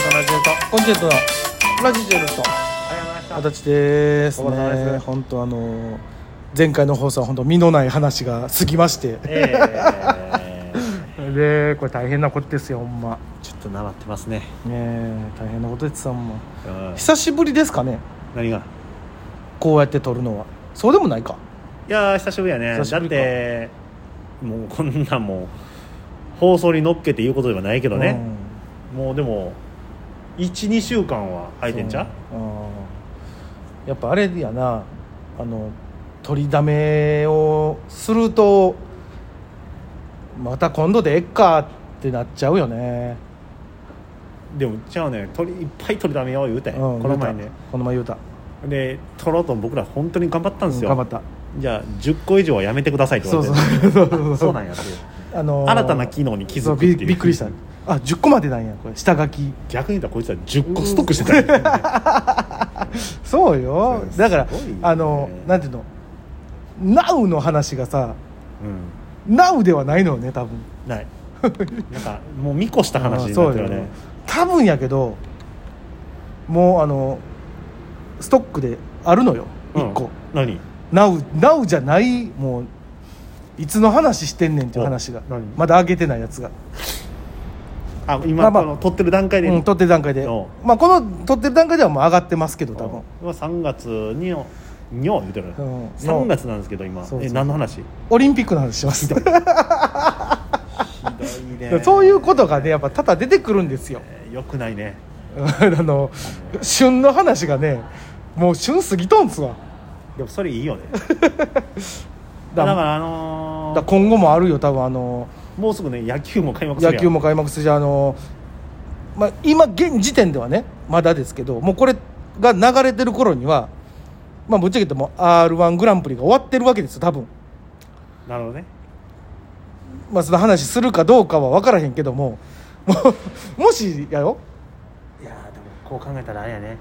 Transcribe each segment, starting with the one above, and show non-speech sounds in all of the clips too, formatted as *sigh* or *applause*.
ジェットのラジジェルとありがとうございました足立ですご苦労様でねす本当あの前回の放送は本当身のない話が過ぎましてえ *laughs* ーでこれ大変なことですよほんまちょっとなまってますね、ねえ大変なことですよほんまうん久しぶりですかね何がこうやって撮るのはそうでもないかいやー久しぶりやね久しぶりかだってもうこんなんもう放送に乗っけて言うことではないけどね、もうでも12週間はうん空いてんちゃうそううんやっぱあれやなあの取りだめをするとまた今度でえっかってなっちゃうよねでもちゃうね鳥いっぱい取りだめよう言うて、うんこの前言うねたこの前言うたで取ろうと僕ら本当に頑張ったんですよ、頑張ったじゃあ10個以上はやめてくださいって言そうわれそてうあそうなんやっていうあのー新たな機能に気づくっていうそうびびっくりしたあ10個までなんやこれ下書き逆に言ったらこいつは10個ストックしてたんや *laughs* そうよそうだからすごいねあのなんていうの NOW の話がさうん、 NOW ではないのよね多分ないなんかもう見越した話になってるよね多分やけどもうあのストックであるのよ1個、何 NOW, NOW じゃないもういつの話してんねんっていう話がお何まだ上げてないやつが、あ今、まあまあこの撮ってる段階で、うん、撮ってる段階でおまあこの撮ってる段階ではもう上がってますけど多分うん3月にのにょ言うてる、うん3月なんですけど今そうそうえ何の話ひオリンピックの話しますどいそういうことがねやっぱ多々出てくるんですよ *laughs* よくないねあの旬の話がねもう旬過ぎとんすわでもそれいい *laughs* よねだだからあのーだ今後もあるよ多分あのもうすぐね野球も開幕するやん野球も開幕するしあの、まあ、今現時点ではねまだですけどもうこれが流れてる頃にはまあぶっちゃけても r 1グランプリが終わってるわけですよ多分、なるほどねまあ、その話するかどうかは分からへんけどももうもしやよいやーでもこう考えたらあれやね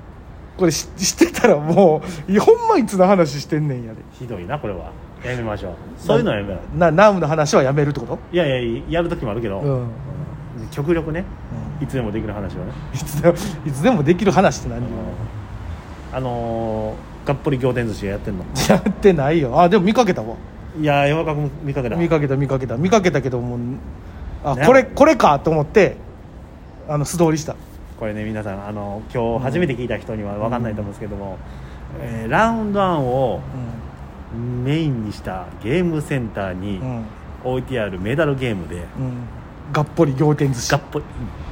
これししてたらもういやほんまいつの話してんねんやでひどいなこれはやめましょう *laughs* そういうのはやめようなナウの話はやめるってこといやいややる時もあるけど、うん、うんうん極力ねいつでもできる話はねいつでもいつでもできる話って何よあのー、がっぽり仰天寿司やってんのやってないよあでも見かけたわいやー山川君見かけた見かけた見かけた見かけたけどもうあねこれこれかと思ってあの素通りしたこれね皆さんあの今日初めて聞いた人には分かんないと思うんですけども、えーラウンド1をうメインにしたゲームセンターにんうん置いてあるメダルゲームで、うんがっぽり仰天寿司がっぽり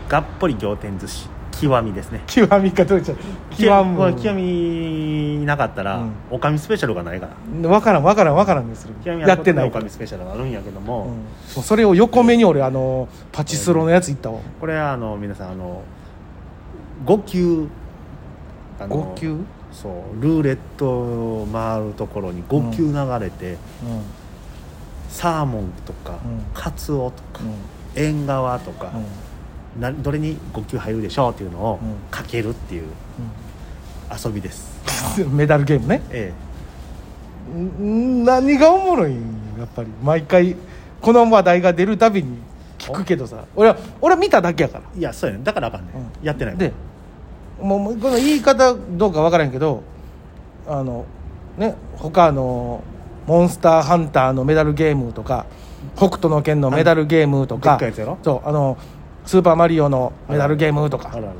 がっぽり仰天寿司極みですね極みかどうちゃうこれ極極みなかったら、うんおかみスペシャルがないからむわからんわからんわからんでする極みやってないおかからみスペシャルがあるんやけどうも、んもうそれを横目に俺あのパチスロのやつ行ったわこれはあの皆さんあの5球あの5球うんそうルーレットを回るところに5球流れて、サーモンとか、うんカツオとかうん縁側とかうん、などれに5球入るでしょうっていうのをうんかけるっていう遊びです、うんメダルゲームねえん何がおもろいんやっぱり毎回この話題が出るたびに聞くけどさ俺は俺は見ただけやからえいやそうやねだからあかんね、うんやってないでもうもうこの言い方どうかわからんけどあのね他あのモンスターハンターのメダルゲームとか北斗の拳のメダルゲームとでかっかいやつやろそうあのスーパーマリオのメダルゲームとあかるある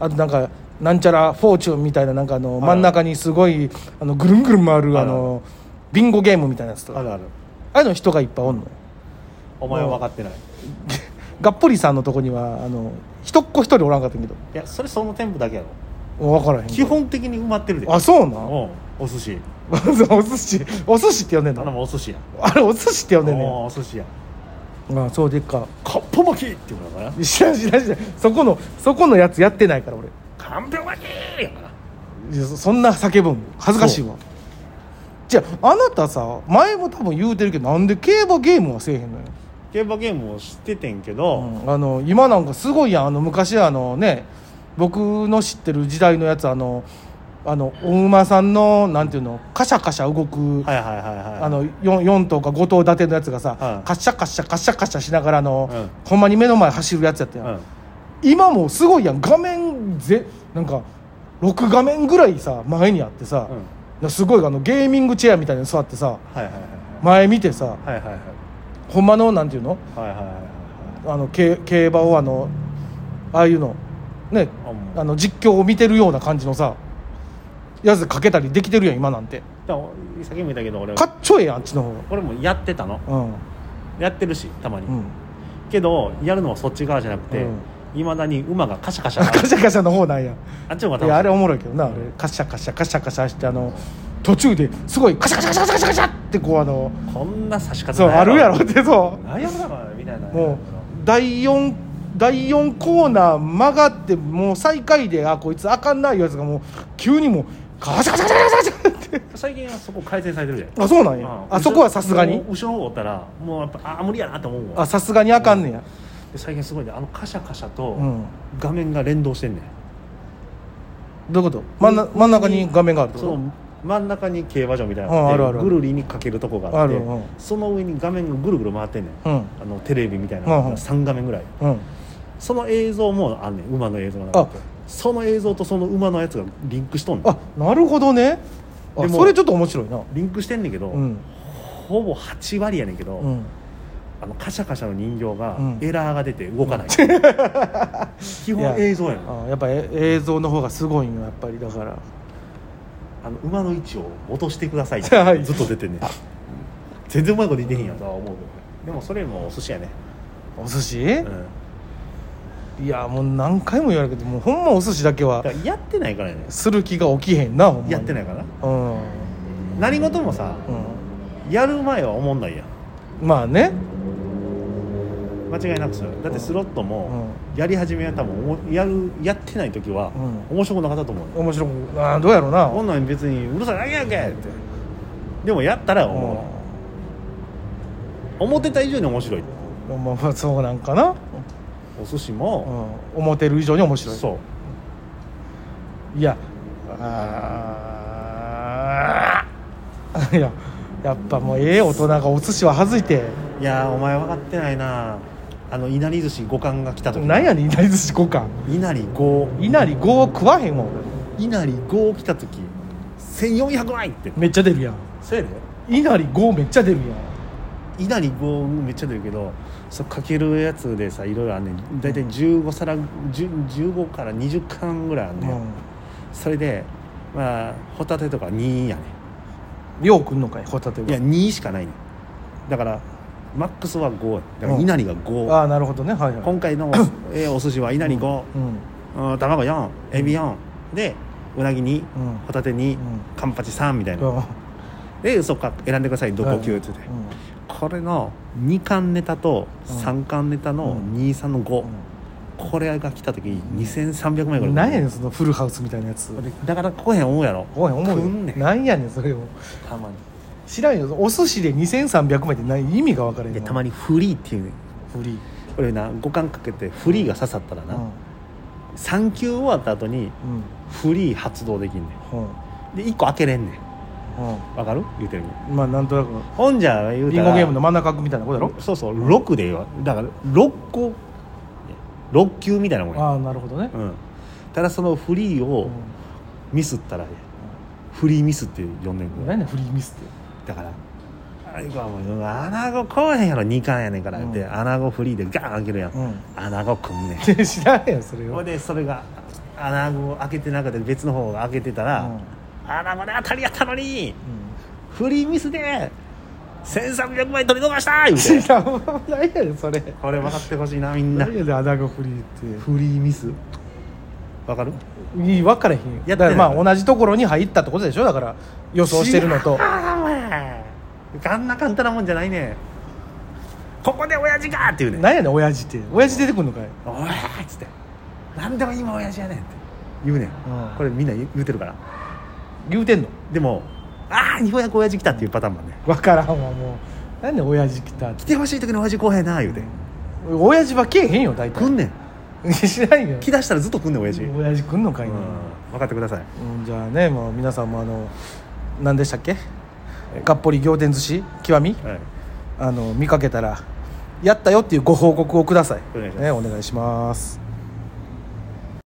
あとなんかなんちゃらフォーチュンみたいななんかあのる真ん中にすごいあのぐるんぐるん回るああるのビンゴゲームみたいなやつとかあるあるああいうの人がいっぱいおんのよお前は分かってない、がっぽりさんのとこにはあの一っ子一人おらんかったけどいやそれその店舗だけやろ分からへんけ基ど本的に埋まってるであそうなうんんお寿司 *laughs* お寿司お寿司って呼んでん頼のむお寿司やあれお寿司って呼んでんねおーお寿司やんあそうでっかカッパ巻きってことだから知らん知らん知らんそこのそこのやつやってないから俺かんぴょう巻きやからいやそそんな叫ぶん恥ずかしいわじゃああなたさ前も多分言うてるけどなんで競馬ゲームはせえへんのよ、競馬ゲームを知っててんけど、うんあの今なんかすごいやんあの昔あのね僕の知ってる時代のやつあのあのお馬さんのなんていうのカシャカシャ動くはいはいはいはいあの 4, 四頭か5頭立てのやつがさ、はいカッシャカッシャカッシャカッシャしながらあの、うんほんまに目の前走るやつやったやん、うん今もうすごいやん画面ぜなんか6画面ぐらいさ前にあってさ、うんすごいあのゲーミングチェアみたいに座ってさはいはいはい前見てさはいはいはいほんまのなんていうのはいはいはいはいあのけ競馬をあのああいうのねあもうあの実況を見てるような感じのさやつかけたりできてるやん今なんてだから先も言ったけど俺かっちょええやんあっちの方俺もやってたのがやってるしたまに、うんうんけどやるのはそっち側じゃなくてうんいま、未だに馬がカシャカシャカシャカシャの方なんやあっちの方いがやあれ楽しおもろいけどなあれカシャカシャカシャカシャしてあの途中ですごいカシャカシャカシャカシャカシャってこうあのいこんな刺し方そうないあるやろってそ何やろだからみたいなうもう第4第4コーナー曲がってもう最下位であこいつあかんないやつがもう急にもうカシャカシャカシャカシャカシャって最近はそこ改善されてるじゃんあそうなんうやんあそこはさすがにもう後ろの方おったらもうやっぱあー無理やなと思うわあさすがにあかんねやで最近すごいねあのカシャカシャとうん画面が連動してんねん、どういうこと真んな真ん中に画面があるってこそとの真ん中に競馬場みたいなのうんがああるあるぐるりにかけるとこがあってあるうんその上に画面がぐるぐる回ってんねんうんあのテレビみたいなうんうん3画面ぐらいうんその映像もあんねん馬の映像がなくてあその映像とその馬のやつがリンクしとんねんあなるほどねあでもそれちょっと面白いなリンクしてんねんけど、うんほぼ8割やねんけど、うんあのカシャカシャの人形がうんエラーが出て動かない、 *laughs* 基本映像やねんあやっぱえ映像の方がすごいんよやっぱりだからあの馬の位置を落としてください *laughs* っはていずっと出てんねん全然うまいこと言ってへんやんとは思うけどねでもそれもお寿司やね、お寿司、うん、いやもう何回も言われるけどもうほんまお寿司だけだはからやってないからやねする気が起きへんなほんまにやってないからうん、うん、何事もさやる前は思んないやんまあね間違いなくそうよだってスロットもうやり始めは多分おもやるやってない時はう面白くなかったと思うよ、面白くあーどうやろうなこんなん別にうるさいだけやんけってでもやったら思うねん思ってた以上に面白いうんまあまあそうなんかな、お寿司うも、ん、思ってる以上に面白いそういやあーいややっぱもうええ大人がお寿司ははずいていやーお前分かってないなあのいなり寿司五冠が来た時なんやねんいなり寿司5かいなり五いなり5を食わへんわ俺いなり五来た時1400枚ってめっちゃ出るやんそうやでいなり5めっちゃ出るやんいなり五めっちゃ出るけどそうかけるやつでさいろいろあんねん大体15皿10 15から20貫ぐらいあんねん、うそれでまあホタテとか2やねん、ようくんのかいホタテんいやは2しかないねんだからマックスは5だからいなりが5、ああなるほどねはいはい今回のおえーお寿司はいなり5、うんうん、卵4エビ4でうなぎ2、うんホタテ2、んカンパチ3みたいな、うんでそっか選んでくださいどこ級っつって、うんこれの2巻ネタとうん3巻ネタの23の5、これが来た時2300万円うぐん、らないんやねんそのフルハウスみたいなやつだからここへん思うやろおい思う食よんねんなんやねんそれをたまに知らんよお寿司で2300枚って何意味が分からへんでわたまにフリーっていうねフリーこれな5巻かけてフリーが刺さったらうな、ん3級終わった後にうんフリー発動できんねうんんで1個開けれんねうんんわかる言うてる意味まあなんとなくほんじゃ言うリたンらゴゲームの真ん中みたいなことだろそうそう6でよだから6個6級みたいなもんや、ああなるほどねうん、ただそのフリーうをんミスったら、フリーミスって呼んでん何のやねんフリーミスってだからあれはもう穴子こうへんやろ2巻やねんからうんで穴子フリーでガーン開けるやん、うん穴子くんねん知らんやんそれほをいでそれが穴子を開けてなくて別の方が開けてたら、穴子で当たりやったのにフリーミスで1300枚取り逃した言う知 *laughs* てらん何やねんそれこれ分かってほしいなみんな何やねん穴がフリーってフリーミスわかるいい分からへんよやってないだからまあ同じところに入ったってことでしょだから予想してるのとああんな簡単なもんじゃないねここで親父がって言うねん *laughs* 何やねん親父って親父出てくんのかいおいっつって何でも今親父やねんって言うねん、んこれみんな言言うてるから言うてんのでもああようやく親父来たっていうパターンもね分からんわもう何で親父来たっ来ててほしい時に親父来へんな言うて親父は来えへんよ大体来んねん *laughs* 知らんよ来だしたらずっと来んねん親父、うん、親父来んのかいな分かってくださいうんじゃあねもう皆さんもあの何でしたっけがっぽり仰天寿司極みはいあの見かけたらやったよっていうご報告をくださいお願いしますねお願いします